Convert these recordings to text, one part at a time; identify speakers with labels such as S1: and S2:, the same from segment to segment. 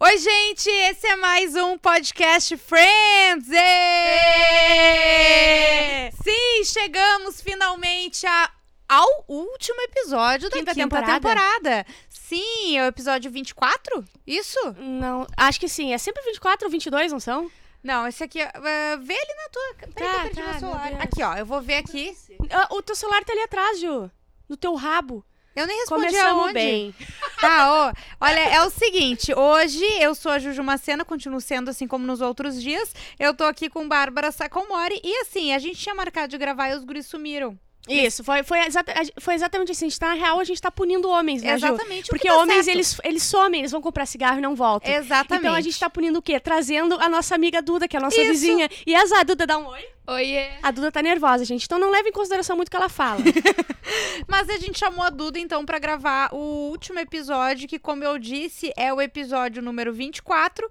S1: Oi, gente, esse é mais um podcast Friends! Ê! Sim, chegamos finalmente a- ao último episódio da
S2: Quinta
S1: quinta temporada.
S2: temporada?
S1: Sim, é o episódio 24? Isso?
S2: Não, acho que sim. É sempre 24 ou 22, não são?
S1: Não, esse aqui. é, vê ele na tua. Peraí, que eu
S2: Tá,
S1: perdi
S2: tá,
S1: meu
S2: meu
S1: celular.
S2: Deus.
S1: Aqui, ó, eu vou ver aqui.
S2: Ah, o teu celular tá ali atrás, Ju. No teu rabo.
S1: Eu nem respondi
S2: Começamos
S1: aonde.
S2: bem.
S1: Tá, ó. Olha, é o seguinte, hoje eu sou a Juju Macena, continuo sendo assim como nos outros dias. Eu tô aqui com Bárbara Sacomori e assim, a gente tinha marcado de gravar e os guris sumiram.
S2: Isso, foi, foi, exata- a gente- foi exatamente assim. A gente tá, na real, a gente tá punindo homens, né, Ju?
S1: Exatamente, o que
S2: Porque
S1: tá
S2: homens,
S1: certo.
S2: eles, eles somem, eles vão comprar cigarro e não voltam.
S1: Exatamente.
S2: Então a gente tá punindo o quê? Trazendo a nossa amiga Duda, que é a nossa
S1: Isso.
S2: vizinha. E essa, a Duda dá um oi.
S3: Oiê!
S2: A Duda tá nervosa, gente. Então não leva em consideração muito o que ela fala.
S1: Mas a gente chamou a Duda então pra gravar o último episódio, que como eu disse, é o episódio número 24,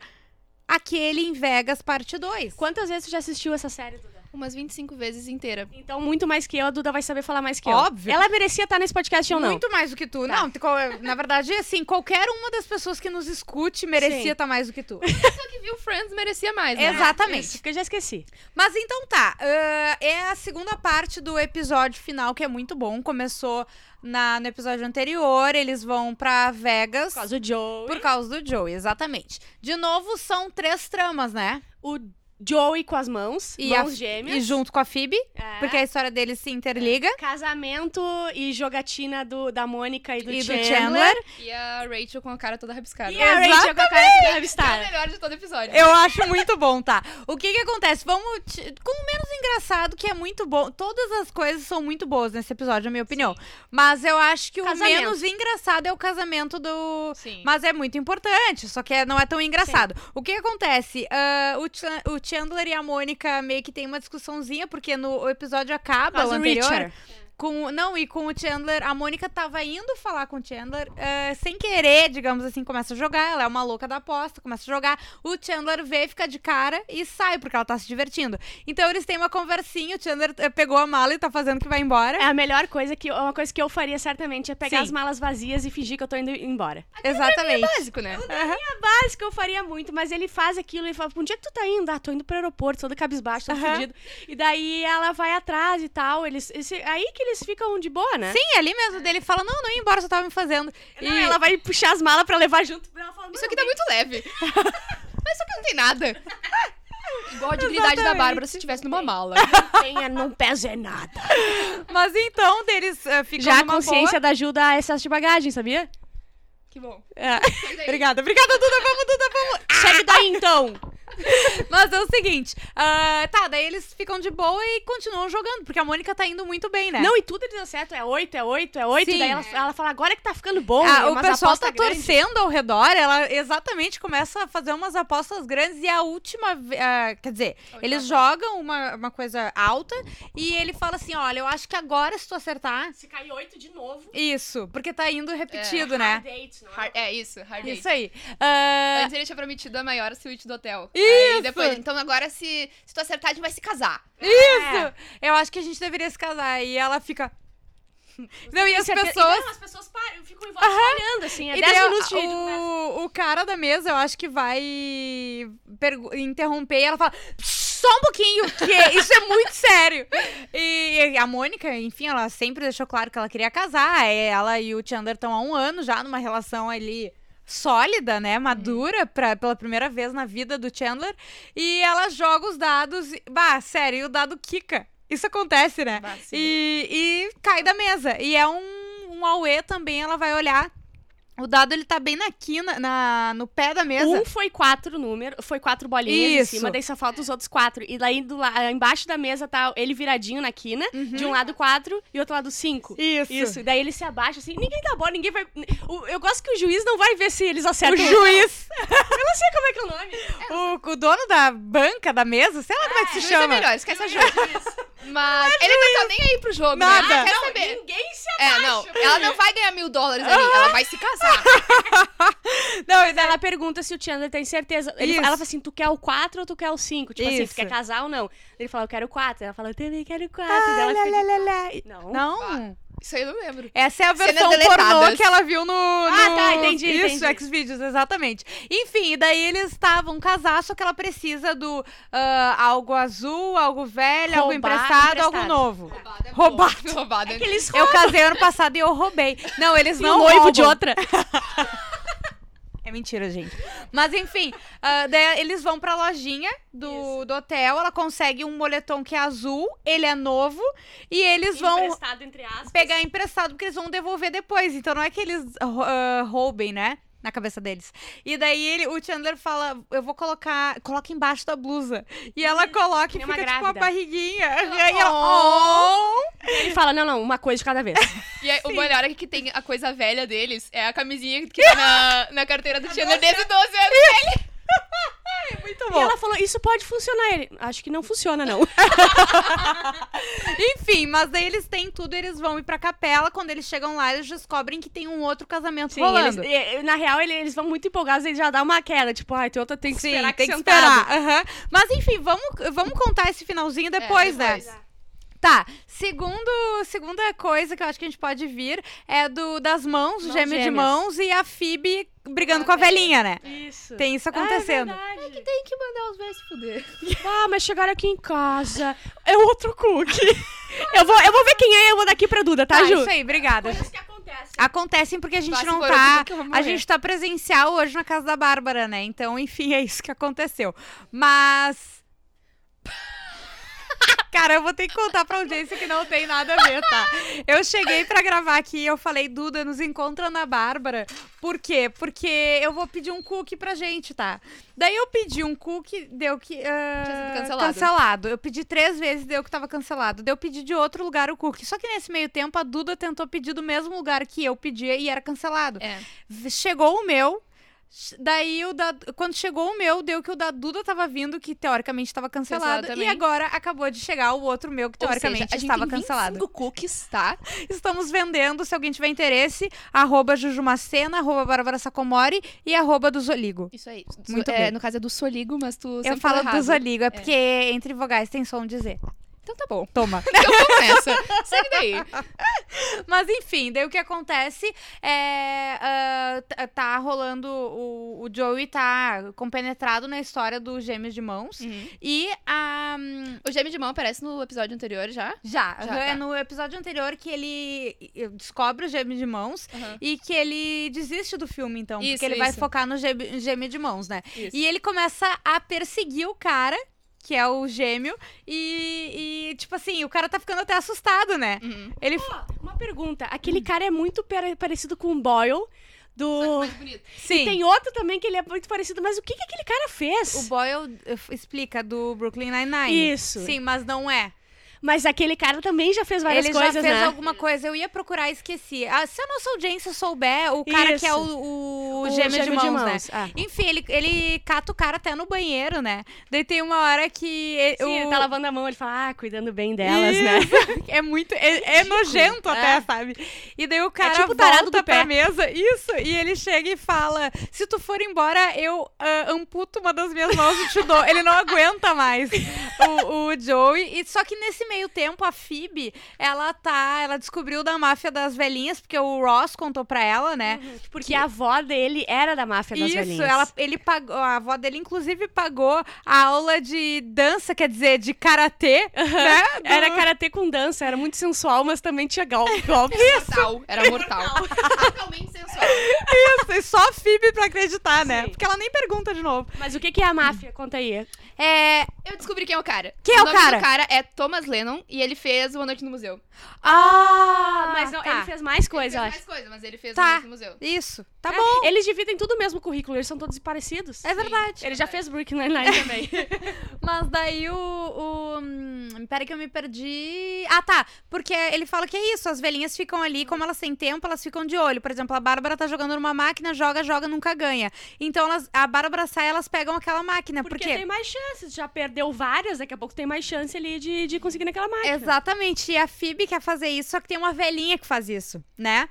S1: aquele em Vegas parte 2.
S2: Quantas vezes você já assistiu essa série, Duda?
S3: Umas 25 vezes inteira.
S2: Então, muito mais que eu, a Duda vai saber falar mais que eu.
S1: Óbvio.
S2: Ela merecia estar nesse podcast ou não?
S1: Muito mais do que tu.
S2: Tá.
S1: Não, co- na verdade, assim, qualquer uma das pessoas que nos escute
S2: Sim.
S1: merecia estar mais do que tu.
S3: Só que viu Friends merecia mais, né?
S1: Exatamente.
S2: Isso, porque eu já esqueci.
S1: Mas então tá, ah, é a segunda parte do episódio final, que é muito bom. Começou na, no episódio anterior, eles vão pra Vegas
S2: Por causa do Joey.
S1: por causa do Joey, exatamente. De novo, são três tramas, né?
S2: O Joey com as mãos,
S1: E
S2: mãos
S1: a-
S2: gêmeas.
S1: E junto com a Phoebe,
S2: É.
S1: porque a história deles se interliga.
S2: Casamento e jogatina do, da Mônica e do
S1: e
S2: Chandler.
S1: do Chandler.
S3: E a Rachel com a cara toda rabiscada.
S2: E a Rachel com a cara da
S3: É o
S2: Ravistar.
S3: melhor de todo episódio.
S1: Eu acho muito bom, tá? O que que acontece? Vamos te- com o menos engraçado, que é muito bom. Todas as coisas são muito boas nesse episódio, na minha opinião. Mas eu acho que o
S2: Casamento.
S1: menos engraçado é o casamento do,
S3: Sim.
S1: Mas é muito importante, só que é- não é tão engraçado. O que acontece? Ah, o, Chan- o Chandler e a Mônica meio que tem uma discussãozinha, porque no o episódio acaba o
S2: Mas o
S1: anterior.
S2: Richard.
S1: Com, não, e com o Chandler, a Mônica tava indo falar com o Chandler, ah, sem querer, digamos assim, começa a jogar. Ela é uma louca da aposta, começa a jogar. O Chandler vê, fica de cara e sai, porque ela tá se divertindo. Então eles têm uma conversinha, o Chandler eh, pegou a mala e tá fazendo que vai embora.
S2: É a melhor coisa que. Uma coisa que eu faria certamente é pegar
S1: Sim.
S2: as malas vazias e fingir que eu tô indo embora.
S1: Exatamente.
S3: Básico, né?
S2: Básico eu faria muito, mas ele faz aquilo e fala: onde é que tu tá indo? Ah, tô indo pro aeroporto, todo cabisbaixo, todo
S1: Aham.
S2: fudido. E daí ela vai atrás e tal. Eles, esse- aí que eles ficam de boa, né?
S1: Sim, ali mesmo dele fala: não, não ia embora, só tava me fazendo.
S2: Não, ela vai puxar as malas pra levar junto. Ela fala,
S3: Isso aqui tá muito leve. Mas isso aqui não tem nada. Igual a dignidade da
S1: Exatamente.
S3: Bárbara se tivesse numa mala.
S2: não tenha, não pesa nada.
S1: Mas então, deles uh, ficam
S2: Já a
S1: numa
S2: consciência da ajuda a excesso de bagagem, sabia?
S3: Que bom.
S2: É.
S1: boa. Obrigada, obrigada, Duda. Vamos, Duda, vamos.
S2: Segue daí então.
S1: Mas é o seguinte, ah, tá, daí eles ficam de boa e continuam jogando, porque a Mônica tá indo muito bem, né?
S2: Não, e tudo deu certo. É oito, é oito, é oito.
S1: Sim.
S2: Daí ela, ela fala, agora que tá ficando bom.
S1: Ah,
S2: é
S1: o
S2: umas
S1: pessoal
S2: aposta
S1: tá
S2: grande.
S1: torcendo ao redor, ela exatamente começa a fazer umas apostas grandes e a última. ve- ah, quer dizer,
S3: última
S1: eles
S3: vez.
S1: jogam uma, uma coisa alta e ele fala assim: olha, eu acho que agora se tu acertar.
S2: Se cair oito de novo,
S1: Isso, porque tá indo repetido, né?
S2: hard date, não é?
S3: Hard- é isso, hard date.
S1: Isso aí. Ah,
S3: Antes ele tinha prometido a maior suíte do hotel. Isso! depois, então agora se, se tu acertar, a gente vai se casar.
S2: É.
S1: Isso! Eu acho que a gente deveria se casar. E ela fica. Não, e as
S2: Certeza-
S1: pessoas.
S2: E não, as pessoas param, ficam em volta olhando, assim. É
S1: E
S2: 10
S1: daí
S2: minutos de...
S1: o, o cara da mesa, eu acho que vai pergu- interromper. E ela fala: "Psh, só um pouquinho, que isso é muito sério. E a Mônica, enfim, ela sempre deixou claro que ela queria casar. É, Ela e o Chandler estão há um ano já numa relação ali sólida, né? Madura, pra, pela primeira vez na vida do Chandler. E ela joga os dados. e- Bah, sério, e o dado quica. Isso acontece, né?
S3: Bah, sim.
S1: E, e cai da mesa. E é um, um auê também, ela vai olhar. O dado, ele tá bem na quina, na, no pé da mesa.
S2: Um foi quatro número, foi quatro bolinhas
S1: Isso.
S2: em cima, daí só falta os outros quatro. E daí do la- embaixo da mesa tá ele viradinho na quina, de um lado quatro e outro lado cinco.
S1: Isso.
S2: Isso, daí ele se abaixa assim, ninguém dá bola, ninguém vai. o- Eu gosto que o juiz não vai ver se eles
S1: O
S2: acertam. ou não.
S1: juiz,
S2: Eu não sei como é que é o nome.
S1: o, o dono da banca, da mesa, sei lá como é que se
S3: Juiz
S1: chama.
S3: é melhor, esquece a Ju. Mas ele não tá nem aí pro jogo,
S1: Nada.
S3: né? Ah, quer
S2: Não,
S3: saber.
S2: ninguém se
S3: É, não. Ela não vai ganhar mil dólares ali. Ela vai se casar.
S1: Não, e
S2: Daí
S1: daí-
S2: Ela pergunta se o Chandler tem certeza. Ele-
S1: Isso.
S2: ela fala assim: tu quer o 4 ou tu quer o 5? Tipo assim,
S1: Isso.
S2: tu quer casar ou não? Ele fala, eu quero o 4. Ela fala, eu também quero o 4. ela
S1: Ah, lá,
S2: fica
S1: lá,
S2: de-
S1: lá, lá.
S2: Não.
S1: Não?
S3: Isso aí eu não lembro.
S1: Essa é a
S3: Cenas
S1: versão pornô
S3: deletadas.
S1: que ela viu no.
S2: Ah,
S1: no-
S2: tá, entendi,
S1: Isso,
S2: entendi.
S1: Xvideos, exatamente. Enfim, e daí eles estavam casar, só que ela precisa do ah, algo azul, algo velho, algo
S2: Roubar,
S1: emprestado, algo
S2: emprestado.
S1: novo.
S3: Roubada. é bom.
S1: Roubado.
S3: Roubada. é-
S2: Aqueles
S1: Eu casei ano passado e eu roubei. Não, eles não
S2: não noivo
S1: roubam.
S2: de outra.
S1: É mentira, gente. Mas enfim, ah, daí eles vão pra lojinha do, do hotel, ela consegue um moletom que é azul, ele é novo, e eles vão
S2: Emprestado, entre aspas.
S1: pegar emprestado porque eles vão devolver depois. Então não é que eles rou- ah, roubem, né? Na cabeça deles. E daí ele, o Chandler fala: Eu vou colocar. Coloca embaixo da blusa. E ela coloca
S2: Que
S1: e
S2: nem
S1: fica
S2: uma
S1: tipo uma
S2: grávida.
S1: barriguinha. E aí ela. Oh!
S2: Ele fala, não, não, uma coisa de cada vez.
S3: E aí, o melhor é que tem a coisa velha deles, é a camisinha que tá na, na carteira do Chandler desde 12 anos.
S1: Muito
S2: E
S1: bom.
S2: ela falou, isso pode funcionar. Ele, acho que não funciona, não.
S1: Enfim, mas daí eles têm tudo, eles vão ir pra capela. Quando eles chegam lá, eles descobrem que tem um outro casamento rolando.
S2: eles- e- e- na real, ele- eles vão muito empolgados, ele já dá uma queda. Tipo, ai, tem outra, tem que
S1: Sim,
S2: esperar
S1: tem que
S2: sentado.
S1: esperar. aham. Mas enfim, vamos, vamos contar esse finalzinho depois, né?
S3: depois.
S1: Tá, segundo, segunda coisa que eu acho que a gente pode vir é do das mãos,
S2: Mãos
S1: gêmeo de
S2: gêmeas.
S1: mãos e a Phoebe brigando com a velhinha, né?
S2: Isso.
S1: Tem isso acontecendo.
S2: Ah, é verdade.
S3: Tem que mandar os velhos se fuder.
S2: Ah, mas chegaram aqui em casa. É outro cookie. eu, vou, eu vou ver quem é e eu vou daqui pra Duda, tá,
S1: tá,
S2: Ju?
S1: isso aí, obrigada.
S2: que acontece.
S1: Acontecem porque a gente
S3: Vá se
S1: não
S3: embora,
S1: tá.
S3: tudo que eu vou
S1: A
S3: morrer.
S1: gente tá presencial hoje na casa da Bárbara, né? Então, enfim, é isso que aconteceu. Mas. Cara, eu vou ter que contar pra audiência que não tem nada a ver, tá? Eu cheguei pra gravar aqui e eu falei, Duda, nos encontra na Bárbara. Por quê? Porque eu vou pedir um cookie pra gente, tá? Daí eu pedi um cookie, deu que. ah,
S3: Tinha sido cancelado.
S1: cancelado. Eu pedi três vezes, deu que tava cancelado. Daí eu pedi de outro lugar o cookie. Só que nesse meio tempo, a Duda tentou pedir do mesmo lugar que eu pedia e era cancelado.
S3: É.
S1: V- Chegou o meu. ch- Daí, o da, quando chegou o meu, deu que o da Duda tava vindo, que teoricamente tava cancelado.
S3: Cancelado
S1: e
S3: também.
S1: agora acabou de chegar o outro meu, que teoricamente
S3: Ou seja, Então, a gente
S1: estava
S3: tem
S1: cancelado.
S3: 25 cookies, tá?
S1: Estamos vendendo, se alguém tiver interesse, arroba Jujumacena, arroba Bárbara Sacomori e arroba do Zoligo.
S3: Isso aí.
S1: Muito
S3: é,
S1: bem.
S3: No caso é do Soligo, mas tu
S1: Eu
S3: sempre tá
S1: falo
S3: errado.
S1: do Zoligo, é porque entre vogais tem som de Z.
S3: Então tá bom.
S1: Toma.
S3: Então começa. Segue daí.
S1: Mas enfim, daí o que acontece é. ah, t- tá rolando. O, o Joey tá compenetrado na história do Gêmeos de Mãos.
S3: Hum. Uhum.
S1: E a.
S3: O gêmeo de mão aparece no episódio anterior já.
S1: Já,
S3: Já,
S1: é
S3: tá.
S1: no episódio anterior que ele descobre o Gêmeo de Mãos.
S3: Aham.
S1: E que ele desiste do filme, então.
S3: Isso,
S1: porque ele vai
S3: isso.
S1: focar no gêmeo, gêmeo de mãos, né?
S3: Isso.
S1: E ele começa a perseguir o cara, que é o gêmeo. E, e, tipo assim, o cara tá ficando até assustado, né?
S3: Uhum.
S1: Ele
S2: é Uma pergunta. Aquele cara é muito pare- parecido com o Boyle, do...
S3: Mais bonito.
S1: Sim.
S2: Tem outro também que ele é muito parecido, mas o que, que aquele cara
S1: O
S2: fez?
S1: Boyle eh, f- explica do Brooklyn Nine-Nine.
S2: Isso.
S1: Sim, mas não é.
S2: Mas aquele cara também já fez várias
S1: ele
S2: coisas,
S1: já fez
S2: né?
S1: alguma coisa, eu ia procurar e esqueci. Ah, se a nossa audiência souber, o cara que é
S2: Isso.
S1: o, o, gêmeo, de mãos, né?
S2: Ah.
S1: Enfim, ele, ele cata o cara até no banheiro, né? Daí tem uma hora que. eh,
S2: Sim,
S1: o-
S2: ele tá lavando a mão, ele fala, ah, cuidando bem delas, né?
S1: É muito. É, é nojento até,
S2: É.
S1: sabe? E daí o cara
S2: tipo o tarado
S1: volta
S2: do
S1: pra
S2: pé.
S1: mesa. Isso. E ele chega e fala: se tu for embora, eu ah, amputo uma das minhas mãos e te dou. Ele não aguenta mais o, o Joey. E, só que nesse meio tempo, a Phoebe, ela tá. Ela descobriu da máfia das velhinhas, porque o Ross contou pra ela, né?
S2: Porque a avó dele era da máfia Uhum. das
S1: Isso,
S2: velhinhas.
S1: ela, ele pagou, a avó dele inclusive pagou a aula de dança, quer dizer, de karatê, né? Do-
S2: Era karatê com dança, era muito sensual, mas também tinha gol- golpes.
S3: Mortal. Era mortal. Totalmente sensual.
S1: Foi só a Phoebe pra acreditar, né?
S2: Sim.
S1: Porque ela nem pergunta de novo.
S2: mas o que, que é a máfia? Conta aí.
S1: É.
S3: Eu descobri quem é o cara.
S1: Quem é o
S3: nome
S1: cara?
S3: do cara é Thomas Lennon e ele fez Uma Noite no Museu.
S1: Ah,
S2: mas não,
S1: tá.
S2: ele fez mais
S3: Ele fez
S2: coisas, eu acho.
S3: mais coisa, mas ele fez
S1: Tá.
S3: Uma Noite no Museu.
S1: Isso. Tá
S2: É,
S1: bom.
S2: Eles dividem tudo o mesmo currículo, eles são todos parecidos.
S1: É verdade.
S2: Ele já fez Brooklyn Nine-Nine também.
S1: Mas daí o. o hum, pera que eu me perdi. Ah, tá. Porque ele fala que é isso. As velhinhas ficam ali, como elas têm tempo, elas ficam de olho. Por exemplo, a Bárbara tá jogando numa máquina, joga, joga, nunca ganha. Então elas- a Bárbara sai, elas pegam aquela máquina.
S2: Porque,
S1: Porque,
S2: tem mais chances, já perdeu várias, daqui a pouco tem mais chance ali de, de conseguir naquela máquina.
S1: Exatamente. E a Phoebe quer fazer isso, só que tem uma velhinha que faz isso, né?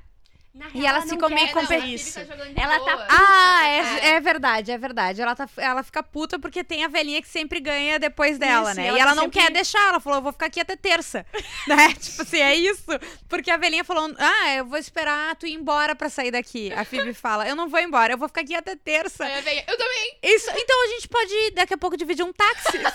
S2: Na
S1: E ela ficou
S2: não
S1: meio
S2: quer
S3: não, a
S1: compe-
S2: fazer
S3: Phoebe
S2: isso.
S3: tá jogando de
S2: Ela tá
S3: boa.
S1: Ah,
S3: É.
S1: é, é verdade, é verdade. Ela, tá, ela fica puta porque tem a velhinha que sempre ganha depois dela,
S2: Isso,
S1: né?
S2: e
S1: E
S2: ela
S1: ela,
S2: tá
S1: não
S2: sempre-
S1: quer deixar. Ela falou, eu vou ficar aqui até terça. né? Tipo assim, é isso. Porque a velhinha falou, ah, eu vou esperar tu ir embora pra sair daqui. A Phoebe fala, eu não vou embora, eu vou ficar aqui até terça.
S3: É, vem, Eu também.
S1: Isso, então a gente pode, daqui a pouco, dividir um táxi. a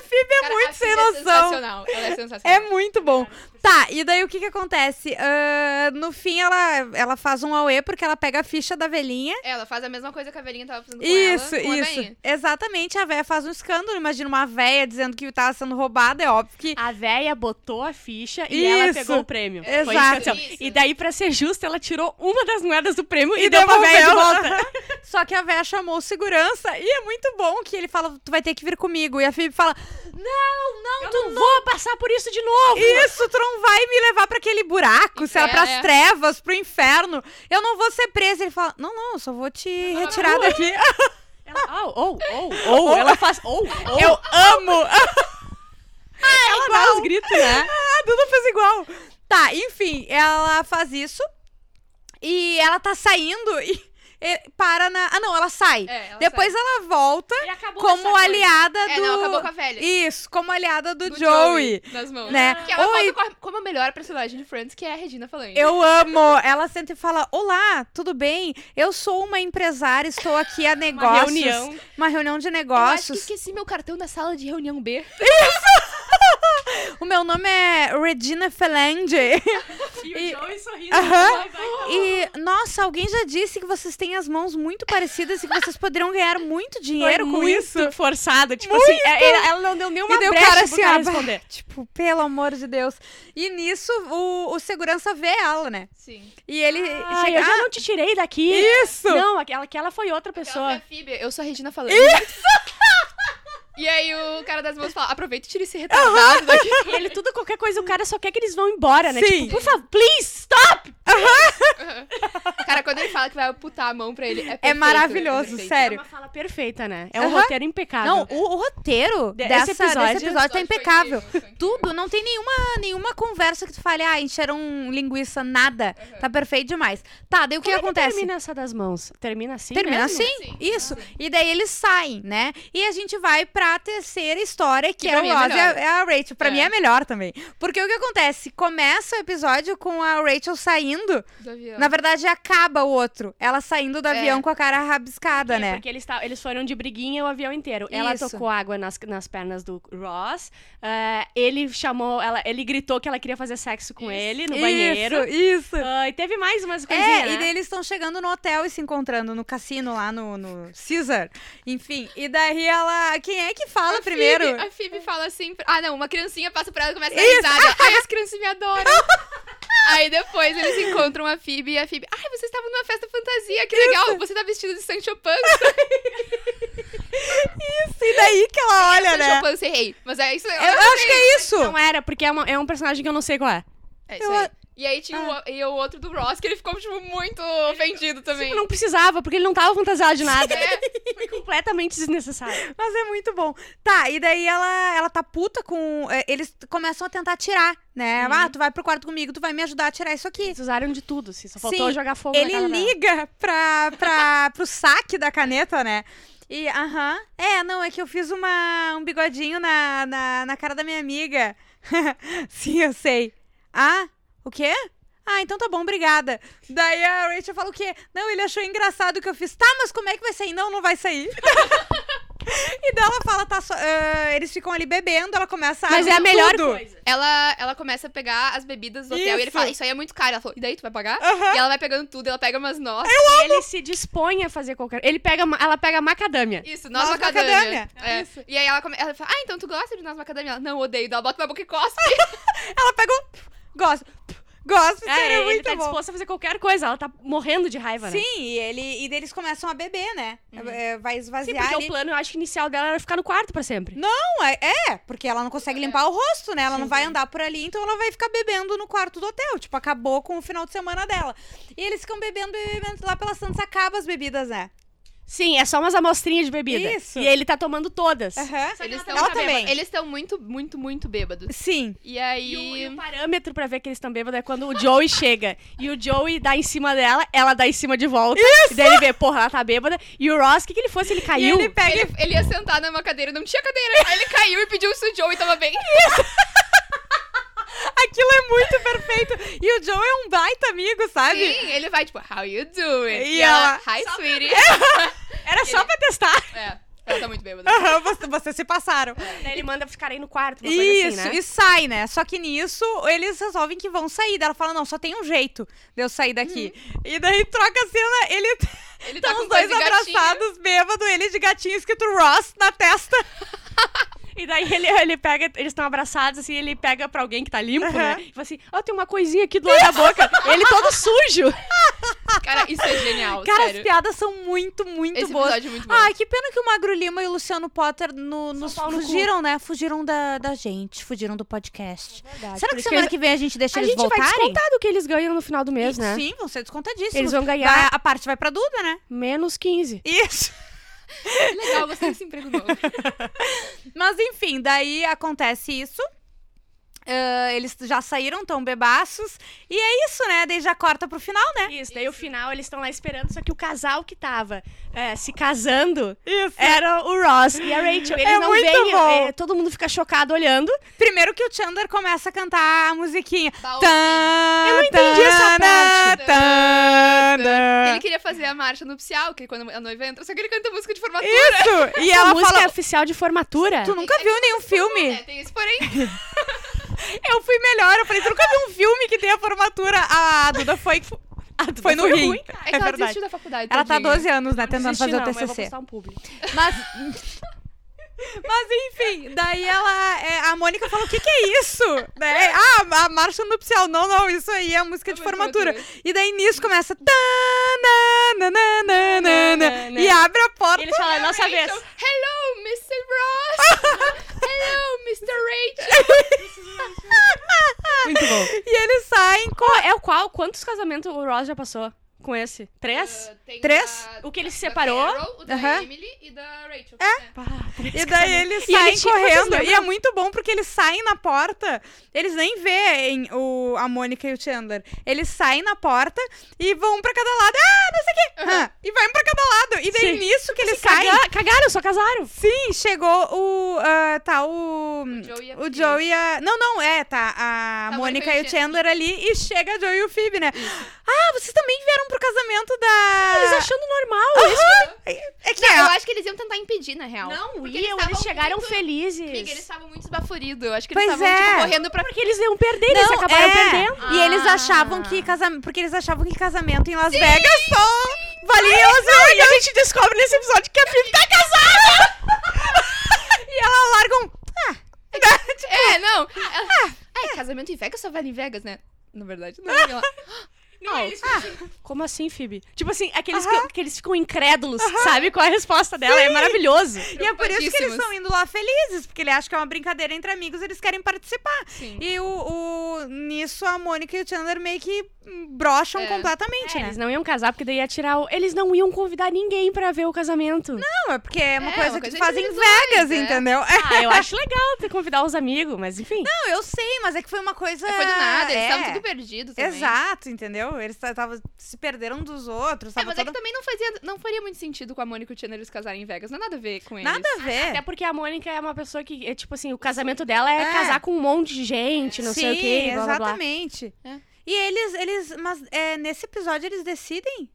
S1: Phoebe é
S3: Cara, a
S1: muito sem
S3: Phoebe É
S1: noção.
S3: sensacional. Ela é sensacional.
S1: É muito bom. Tá, e daí o que que acontece? Ah, no fim, ela, ela faz um auê porque ela pega a ficha da velhinha.
S3: Ela faz a mesma coisa que a velhinha tava fazendo com
S1: Isso,
S3: ela. com a
S1: isso.
S3: velhinha.
S1: Exatamente, a véia faz um escândalo. Imagina uma véia dizendo que tava sendo roubada, é óbvio que.
S2: A véia botou a ficha e ela
S1: Isso.
S2: pegou o prêmio. Foi isso que
S1: Exato.
S2: aconteceu.
S3: Isso.
S2: E daí, pra ser justa, ela tirou uma das moedas do prêmio e,
S1: E
S2: deu pra véia de
S1: devolveu.
S2: volta.
S1: Só que a véia chamou o segurança e é muito bom que ele fala: tu vai ter que vir comigo. E a Phoebe fala: não, não,
S2: Eu
S1: tu
S2: não vou passar por isso de novo.
S1: Isso, tu não vai me levar pra aquele buraco, sei lá,
S3: É,
S1: pras
S3: é.
S1: trevas, pro inferno. Eu não vou ser presa. Ele fala: não, não, eu só vou te retirar daqui.
S3: É
S2: Ela, ou, ou, ou, ou, ela faz, ou, ou.
S1: Eu amo! Ah,
S2: ela dá os gritos, né?
S1: A Duda fez igual. Tá, enfim, ela faz isso e ela tá saindo e, e para na. Ah, não, ela sai.
S3: É, ela
S1: Depois ela volta
S2: E acabou essa
S1: como
S2: coisa.
S1: aliada
S3: É,
S1: do.
S3: não, acabou com a velha.
S1: Isso, como aliada do,
S3: Do
S1: Joey.
S3: Nas mãos.
S1: né?
S3: Que ela
S1: Oi.
S3: volta com a- como a melhor personagem de Friends, que é a Regina Falange.
S1: Eu amo. Ela senta e fala: Olá, tudo bem? Eu sou uma empresária, estou aqui a
S2: Uma
S1: negócios.
S2: reunião.
S1: Uma reunião de
S3: Eu acho que
S1: negócios.
S3: esqueci meu cartão na sala de reunião B.
S1: O meu nome é Regina Falange.
S2: E o Joey sorrindo.
S1: Aham.
S2: vai, vai, vai.
S1: E, nossa, alguém já disse que vocês têm as mãos muito parecidas e que vocês poderiam ganhar muito dinheiro
S2: Foi
S1: com
S2: muito
S1: isso.
S2: forçada. Tipo assim,
S1: é,
S2: ela, ela não deu nenhuma
S1: E daí o
S2: brecha
S1: cara
S2: pro
S1: assim,
S2: cara "Ah,
S1: ó, bah,
S2: responder.
S1: Tipo, pelo amor de Deus. E nisso, o, o segurança vê ela, né?
S3: Sim.
S1: E ele
S2: Ah,
S1: chega...
S2: eu já
S1: "Ah,
S2: não te tirei daqui.
S1: Isso!
S2: Não, aquela, aquela foi outra
S3: Ela é a
S2: pessoa.
S3: Phoebe, eu sou a Regina Falange. E aí o cara das mãos fala, aproveita e tira esse retardado daqui.
S2: E ele, tudo, qualquer coisa, o cara só quer que eles vão embora, né?
S1: Sim.
S2: Tipo, por favor, please, stop!
S3: Cara, quando ele fala que vai amputar a mão pra ele, é perfeito.
S1: É maravilhoso,
S3: perfeito.
S1: sério.
S2: É uma fala perfeita, né? É um
S1: Aham.
S2: roteiro impecável.
S1: Não, o, o roteiro
S2: De-
S1: dessa,
S2: esse episódio-
S1: desse episódio tá
S3: Foi
S1: impecável.
S3: incrível, foi incrível.
S1: Tudo, não tem nenhuma, nenhuma conversa que tu fale, ah, encheram linguiça, nada. Tá perfeito demais. Tá, daí o que
S2: Como é
S1: acontece?
S2: termina essa das mãos? Termina assim
S1: Termina
S2: mesmo?
S1: assim,
S3: Sim,
S1: isso. E daí eles saem, né? E a gente vai pra terceira história, que,
S3: Que
S1: é
S3: pra
S1: o
S3: mim é
S1: Ross e a,
S3: melhor.
S1: é a Rachel. Pra
S3: É.
S1: mim é melhor também. Porque o que acontece? Começa o episódio com a Rachel saindo.
S3: Do avião.
S1: Na verdade, acaba o outro. Ela saindo do
S3: Então. É.
S1: avião com a cara rabiscada,
S2: É,
S1: né?
S2: Porque eles, ta- eles foram de briguinha o avião inteiro. Ela
S1: Isso.
S2: tocou água nas, nas pernas do Ross. ah, ele chamou, ela, ele gritou que ela queria fazer sexo com
S3: Isso.
S2: ele no banheiro.
S1: Isso, isso.
S2: Ah, e teve mais umas coisinhas.
S1: É,
S2: né?
S1: e daí eles estão chegando no hotel e se encontrando no cassino lá no, no Caesar. Enfim, e daí ela. Quem é que fala
S3: A Phoebe-
S1: primeiro?
S3: a Phoebe fala assim, pra- ah não, uma criancinha passa por ela e começa a dar risada. Ai, as crianças me adoram. Aí depois eles encontram a Phoebe e a Phoebe, ai, vocês estavam numa festa fantasia, que legal, você tá vestida de Sancho Panza.
S1: E daí que ela olha,
S3: Sancho
S1: né?
S3: Panza, errei. Mas é isso.
S1: Eu acho que é isso.
S2: Não era, porque é, uma- é um personagem que eu não sei qual é.
S3: É isso
S1: eu-
S3: aí. E aí tinha o, e o outro do Ross, que ele ficou, tipo, muito ofendido também.
S2: Tipo, não precisava, porque ele não tava fantasiado de nada.
S3: É.
S2: Foi completamente desnecessário.
S1: Mas é muito bom. Tá, e daí ela, ela tá puta com. é, Eles começam a tentar tirar,
S3: Uhum.
S1: né? Ah, tu vai pro quarto comigo, tu vai me ajudar a tirar isso aqui.
S2: Eles usaram de tudo, assim. Só faltou
S1: Sim,
S2: jogar fogo na
S1: Ele
S2: cara dela.
S1: liga pra, pra, pro saque da caneta, né? E, aham. É, não, é que eu fiz uma, um bigodinho na, na, na cara da minha amiga. Sim, eu sei. Ah, o quê? Ah, então tá bom, obrigada. Daí a Rachel fala o quê? Não, ele achou engraçado o que eu fiz. Tá, mas como é que vai sair? Não, não vai sair. e daí ela fala, tá, só- ah, eles ficam ali bebendo, ela começa a
S2: Mas é a
S1: abrir
S2: melhor
S1: tudo.
S2: coisa.
S3: Ela, ela começa a pegar as bebidas do hotel e ele
S1: Isso.
S3: fala, isso aí é muito caro. Ela falou, e daí tu vai pagar?
S1: Aham.
S3: E ela vai pegando tudo, ela pega umas nós.
S2: Ele se dispõe a fazer qualquer... Ele pega, ma- ela pega macadâmia.
S3: Isso, nós
S1: Noz
S3: macadâmia.
S1: macadâmia.
S3: É. E aí ela, come... ela fala, ah, então tu gosta de nós macadâmia? Ela, não, odeio. Ela bota na boca e cospe.
S1: Ela pegou, gosto, gosto,
S2: É,
S1: seria
S2: ele
S1: muito
S2: tá
S1: bom.
S2: disposto a fazer qualquer coisa. Ela tá morrendo de raiva, né?
S1: Sim, e, ele, e daí eles começam a beber, né? É, Vai
S2: Uhum. Sim,
S1: esvaziar.
S2: porque
S1: ali.
S2: o plano, eu acho que inicial dela era ficar no quarto pra sempre.
S1: Não, é, é, porque ela não consegue limpar o rosto, né? Ela não vai andar por ali, então ela vai ficar bebendo no quarto do hotel. Tipo, acabou com o final de semana dela. E eles ficam bebendo, bebendo, bebendo. Lá pelas tantas acaba as bebidas, né?
S2: Sim, é só umas amostrinhas de bebida.
S1: Isso.
S2: E ele tá tomando todas.
S1: Aham.
S3: Eles
S1: tá
S3: estão
S1: muito bêbada.
S3: Eles estão muito, muito, muito bêbados.
S1: Sim.
S3: E
S2: E o, e
S3: aí.
S2: o parâmetro pra ver que eles estão bêbados é quando o Joey chega. E o Joey dá em cima dela, ela dá em cima de volta. E daí ele vê, porra, ela tá bêbada. E o Ross, o que, que ele fosse? Ele
S1: E
S2: caiu.
S1: ele pega.
S3: Ele, ele ia sentar numa cadeira, não tinha cadeira. Aí ele caiu e pediu se o Joey tava bem.
S1: Aquilo é muito perfeito. E o Joe é um baita amigo, sabe?
S3: Sim, ele vai tipo, how you doing?
S1: E
S3: E, ela,
S1: ela, só
S3: hi
S1: pra-
S3: sweetie.
S1: Era só pra testar.
S3: É, ela tá muito bêbada.
S1: Aham, você- vocês se passaram.
S2: Daí ele manda ficar aí no quarto, uma coisa
S1: Isso,
S2: assim, né?
S1: e sai, né? Só que nisso, eles resolvem que vão sair. Daí ela fala, não, só tem um jeito de eu sair daqui. E daí troca a cena, ele
S3: Ele
S1: tá,
S3: tá com
S1: os dois
S3: coisa de gatinho.
S1: abraçados, bêbado, ele de gatinho escrito Ross na testa.
S2: E daí ele, ele pega, eles estão abraçados, assim, ele pega pra alguém que tá limpo, né? E fala assim, ó, tem uma coisinha aqui do lado da boca. Ele todo sujo.
S3: Cara, isso é genial,
S1: Cara, as
S3: sério.
S1: piadas são muito, muito
S3: Esse
S1: boas.
S3: episódio é muito bom.
S1: Ai, que pena que o Magro Lima e o Luciano Potter no- nos
S2: pau no
S1: fugiram, né? Fugiram da, da gente, fugiram do podcast. Será
S2: Por
S1: que
S2: isso
S1: semana
S2: eles-
S1: que vem a gente deixa
S2: A
S1: eles
S2: gente vai
S1: voltarem?
S2: descontar do que eles ganham no final do mês, né?
S1: Sim, vão ser descontadíssimos.
S2: Eles vão ganhar-
S1: Vai- a parte vai pra Duda, né?
S2: Menos 15.
S1: Isso.
S3: Que legal, você tem esse emprego novo.
S1: Mas enfim, daí acontece isso. Ah, eles já saíram tão bebaços. E é isso, né? Daí já corta pro final, né?
S2: Isso, daí o final eles estão lá esperando, só que o casal que tava é, se casando
S1: Isso.
S2: era o Ross e a Rachel. Eles
S1: É
S2: não
S1: muito
S2: veem,
S1: bom.
S2: é, todo mundo fica chocado olhando.
S1: É, Primeiro que o Chandler começa a cantar a musiquinha.
S3: Baú,
S1: Tã,
S2: Eu não entendi
S1: tã,
S2: essa
S1: tã,
S3: parte.
S1: tã, tã.
S3: Ele queria fazer a marcha nupcial, que é quando a noiva entra, só que ele canta música de formatura.
S1: Isso! E
S2: a
S1: ela
S2: música
S1: fala.
S2: é oficial de formatura.
S1: Tu nunca viu nenhum
S3: É,
S1: filme?
S3: tem esse porém. é
S1: Eu fui melhor. Eu falei, tu nunca viu um filme que tem a formatura? A Duda foi,
S2: Duda
S1: foi no
S2: Ah, foi
S1: rim.
S2: ruim,
S3: É que
S1: é
S3: ela
S1: verdade.
S3: desistiu da faculdade.
S1: Ela tá há
S3: tadinha.
S1: 12 anos, né?
S2: Não
S1: Tentando
S2: desisti,
S1: fazer
S2: não,
S1: o
S2: mas eu vou
S1: TCC.
S2: postar um publi.
S1: Mas. Mas enfim, daí ela. é, a Mônica falou: o que, que é isso? Daí, ah, a marcha nupcial. Não, não, isso aí é a música de
S3: É uma
S1: formatura.
S3: formatura.
S1: E daí nisso começa. "Tá, na, na, na, na, na", E abre a
S2: E
S1: porta.
S2: eles falam, é nossa
S3: Rachel,
S2: vez.
S3: Hello, Mr. Ross! Hello, Mr. Rachel!
S2: Muito bom.
S1: E eles saem com.
S2: É o qual? Quantos casamentos o Ross já passou com esse? Três?
S3: Uh, tem
S1: Três?
S3: da-
S2: O que ele
S3: da
S2: separou?
S3: Carol, o da
S1: Aham.
S3: Emily e da Rachel. É.
S2: Pá, três
S1: E daí
S2: casamentos.
S1: eles
S2: E
S1: saem
S2: ele tinha- vocês
S1: correndo.
S2: lembram?
S1: E é muito bom porque eles saem na porta. Eles nem veem o, a Mônica e o Chandler. Eles saem na porta e vão um pra cada lado. Ah, não sei o quê. Ah, e vai um pra cada lado. E daí
S2: Sim.
S1: nisso que eles
S2: Se
S1: saem.
S2: caga- Cagaram, só casaram.
S1: Sim, chegou o. ah, tá, o.
S3: Joey e a
S1: O
S3: Phoebe.
S1: Joe e a. Não, não, é, tá. A Mônica e o Chandler ali e chega a Joe e o Phoebe, né? Ah, vocês também vieram pro casamento da.
S2: Eles achando normal. Eles...
S1: É que
S3: Não, eu
S1: ela.
S3: acho que eles iam tentar impedir, na real.
S2: Não
S3: Porque
S2: iam, eles
S3: estavam
S2: chegaram
S3: muito-
S2: felizes.
S3: Amiga, eles estavam muito esbaforidos. Eu acho que
S1: Pois
S3: eles estavam
S1: é.
S3: tipo, correndo pra.
S2: Porque eles iam perder, eles acabaram
S1: é.
S2: perdendo.
S1: E eles
S3: Ah.
S1: achavam que casamento. Porque eles achavam que casamento em Las Vegas só valia os E a gente descobre nesse episódio que a Phoebe tá casada! e ela larga um. Ah,
S3: É, não. Ela- É, casamento em Vegas só vale em Vegas, né? Na verdade, não. Ela...
S2: Não,
S1: Oh,
S3: é
S2: eles ficam assim, Como assim, Phoebe? Tipo assim, aqueles que, que eles ficam incrédulos, sabe? Qual é a resposta dela? É maravilhoso.
S1: e é por isso que eles
S3: Preocupadíssimos.
S1: estão indo lá felizes, porque ele acha que é uma brincadeira entre amigos, eles querem participar.
S3: Sim.
S1: E o, o- nisso a Mônica e o Chandler meio que brocham
S3: É.
S1: completamente,
S2: É,
S1: né?
S2: eles não iam casar porque daí ia tirar o... Eles não iam convidar ninguém pra ver o casamento.
S1: Não, é porque é uma
S3: É,
S1: coisa
S3: uma
S1: que
S3: coisa
S1: tu faz em
S3: entre os
S1: Vegas, então.
S3: dois, é.
S1: entendeu?
S2: Ah, eu acho legal ter convidar os amigos, mas enfim.
S1: Não, eu sei, mas é que foi uma coisa.
S3: Foi do nada, eles
S1: é.
S3: estavam tudo perdidos. também.
S1: Exato, entendeu? Eles ta- tava, se perderam dos outros,
S3: É,
S1: tava
S3: mas é que
S1: todo-
S3: também não, fazia, não faria muito sentido com a Mônica e o Chandler eles casarem em Vegas. Não é nada a ver com eles. Ah, tá,
S1: Nada a ver.
S2: Até porque a Mônica é uma pessoa que, é, tipo assim, o casamento dela é,
S1: É.
S2: casar com um monte de gente, não
S1: Sim,
S2: sei o quê, blá, blá, blá.
S1: exatamente.
S3: É.
S1: E eles, eles, mas é, nesse episódio eles decidem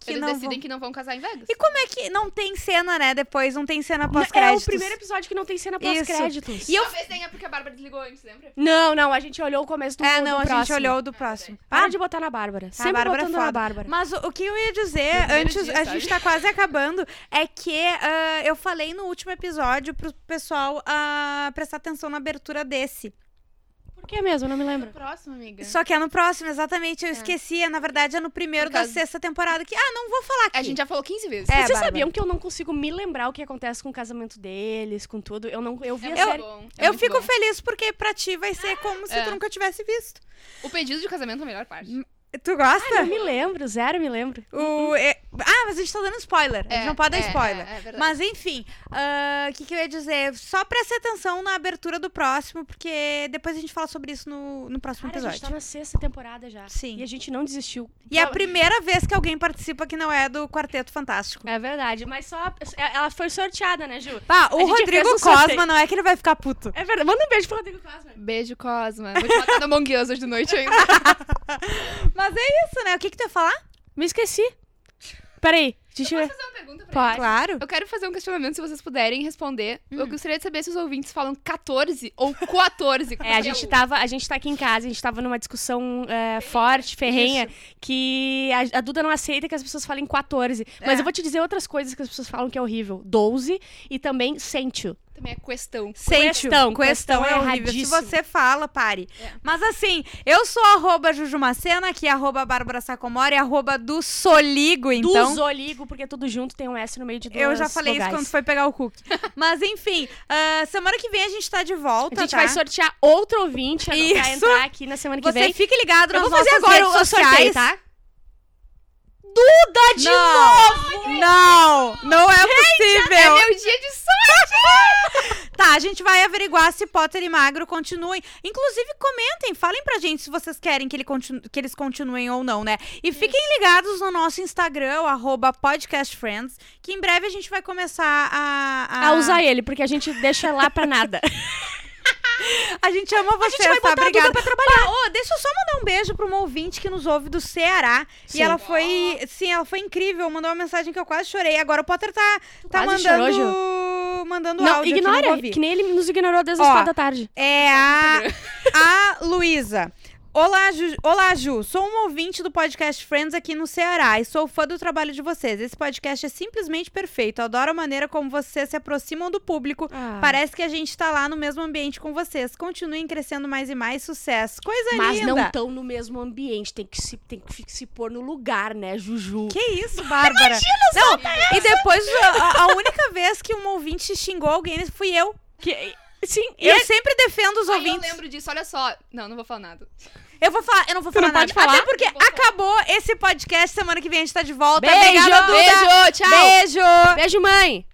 S1: que
S3: eles
S1: não
S3: decidem
S1: vão-
S3: que não vão casar em Vegas.
S1: E como é que não tem cena, né? Depois não tem cena
S2: É o
S1: pós-créditos.
S2: primeiro episódio que não tem cena
S1: Isso.
S2: pós-créditos.
S1: E eu-
S3: Talvez tenha porque a Bárbara desligou antes, lembra?
S2: Não, não, a gente olhou o começo do
S1: É,
S2: do
S1: não, a gente
S2: próximo.
S1: olhou o do próximo.
S2: Para
S1: Ah,
S2: de botar na Bárbara.
S1: a
S2: Sempre
S1: Bárbara é
S2: botando
S1: foda.
S2: na Bárbara.
S1: Mas o, o que eu ia
S3: No
S1: dizer,
S3: primeiro
S1: antes,
S3: dia,
S1: a
S3: sabe?
S1: gente tá quase acabando, é que ah, eu falei no último episódio pro pessoal ah, prestar atenção na abertura desse.
S2: Por que mesmo? Eu Não me lembro.
S3: Próximo, amiga.
S1: Só que é no próximo, exatamente. Eu esqueci. é, Na verdade, é no primeiro
S3: Por
S1: da
S3: causa-
S1: sexta temporada. Que, ah, não vou falar aqui.
S3: A gente já falou 15 vezes.
S1: É,
S2: Vocês
S1: Bárbara.
S2: sabiam que eu não consigo me lembrar o que acontece com o casamento deles, com tudo? Eu não, eu vi a
S3: muito
S2: série.
S3: bom, é
S1: Eu
S3: muito
S1: fico
S3: bom.
S1: feliz porque pra ti vai ser como se
S3: É.
S1: tu nunca tivesse visto. Hum,
S3: O pedido de casamento é a melhor parte.
S1: Tu gosta?
S2: Ah, Não me lembro, zero me lembro.
S1: O- é- Ah, mas a gente tá dando spoiler. a gente
S3: É,
S1: não pode dar
S3: é,
S1: spoiler.
S3: é, é verdade.
S1: mas enfim, ah, o que, que eu ia dizer? Só presta atenção na abertura do próximo, porque depois a gente fala sobre isso no, no próximo
S2: Cara, a
S1: Um episódio.
S2: gente tá na sexta temporada já.
S1: Sim.
S2: E a gente não desistiu.
S1: E é a primeira vez que alguém participa que não é do Quarteto Fantástico.
S2: É verdade, mas só.
S1: é,
S2: Ela foi sorteada, né, Ju?
S1: Pá,
S2: A
S1: Tá, o
S2: gente
S1: Rodrigo
S2: fez um
S1: Cosma
S2: sorteio.
S1: não é que ele vai ficar puto.
S2: É verdade. Manda um beijo pro Rodrigo Cosma.
S3: Beijo, Cosma. Vou te matar da Among Us hoje de noite ainda.
S1: Mas é isso, né? O que, que tu ia falar?
S2: Me esqueci. Peraí, deixa eu
S3: Posso
S2: ver.
S3: fazer uma pergunta pra
S2: Pode. Hum.
S1: Claro.
S3: Eu quero fazer um questionamento, se vocês puderem responder. Eu gostaria de saber se os ouvintes falam 14 ou 14.
S2: É, a
S1: um
S2: gente, tava, a gente tá aqui em casa, a gente tava numa discussão é, forte, ferrenha, que a, a Duda não aceita que as pessoas falem 14. Mas
S1: É.
S2: eu vou te dizer outras coisas que as pessoas falam que é horrível. 12 e também sente
S3: Também é questão.
S1: Sente,
S2: Questão,
S1: questão
S2: questão
S1: é
S2: é
S1: horrível. Se
S2: erradíssimo.
S1: você fala, pare.
S3: É.
S1: Mas assim, eu sou arroba Jujumacena, aqui é arroba Bárbara Sacomori, arroba do Soligo, então.
S2: Dos oligo, porque tudo junto tem um S no meio de duas
S1: Eu já falei isso
S2: vogais.
S1: quando foi pegar o cookie. Mas enfim, ah, semana que vem a gente tá de volta.
S2: A gente
S1: tá?
S2: vai sortear outro ouvinte pra
S1: Isso.
S2: entrar aqui na semana que
S1: Você
S2: vem.
S1: fique ligado
S2: Eu
S1: nas
S2: vou fazer
S1: nossas
S2: agora
S1: redes
S2: o
S1: sociais.
S2: sorteio, tá?
S1: Duda de novo! Não! Não é possível!
S3: É meu dia de sonho!
S1: Tá, a gente vai averiguar se Potter e Magro continuem. Inclusive, comentem, falem pra gente se vocês querem que, ele continu- que eles continuem ou não, né? E fiquem ligados no nosso Instagram, o arroba podcastfriends, que em breve a gente vai começar a...
S2: A usar ele, porque a gente deixa lá pra nada.
S1: A gente ama vocês,
S2: vai
S1: tá?
S2: botar a Duda
S1: Obrigada. Pá, ô, deixa eu só mandar um beijo pra uma ouvinte que nos ouve do Ceará. E
S2: Sim.
S1: ela foi... Sim, ela foi incrível. Mandou uma mensagem que eu quase chorei. Agora o Potter tá, tá
S2: quase
S1: mandando...
S2: chorou,
S1: mandando
S2: Não,
S1: áudio aqui, não vou
S2: ignora,
S1: ouvir.
S2: que nem ele nos ignorou desde as
S1: Ó,
S2: quatro da tarde.
S1: É a, a Luísa. Olá Ju, Olá, Ju. Sou uma ouvinte do podcast Friends aqui no Ceará e sou fã do trabalho de vocês. Esse podcast é simplesmente perfeito. Adoro a maneira como vocês se aproximam do público.
S2: Ah.
S1: Parece que a gente tá lá no mesmo ambiente com vocês. Continuem crescendo mais e mais. Sucesso. Coisa
S2: Mas
S1: linda.
S2: não estão no mesmo ambiente, tem que, se, tem que fi- se pôr no lugar, né, Juju?
S1: Que isso, Bárbara? não,
S2: tá
S1: e depois, a, a única vez que um ouvinte xingou alguém fui eu.
S2: Que- Sim, e é
S1: Eu sempre defendo os
S3: Ai, eu
S1: ouvintes.
S3: lembro disso, olha só. Não, não vou falar nada.
S1: Eu vou falar, eu não vou
S2: Tu
S1: falar
S2: não
S1: nada.
S2: pode falar?
S1: Até porque
S3: Não vou falar.
S1: acabou esse podcast. Semana que vem a gente tá de volta.
S2: Beijo!
S1: Obrigada, Duda.
S3: Beijo, tchau!
S2: é
S1: Beijo.
S2: Beijo, mãe!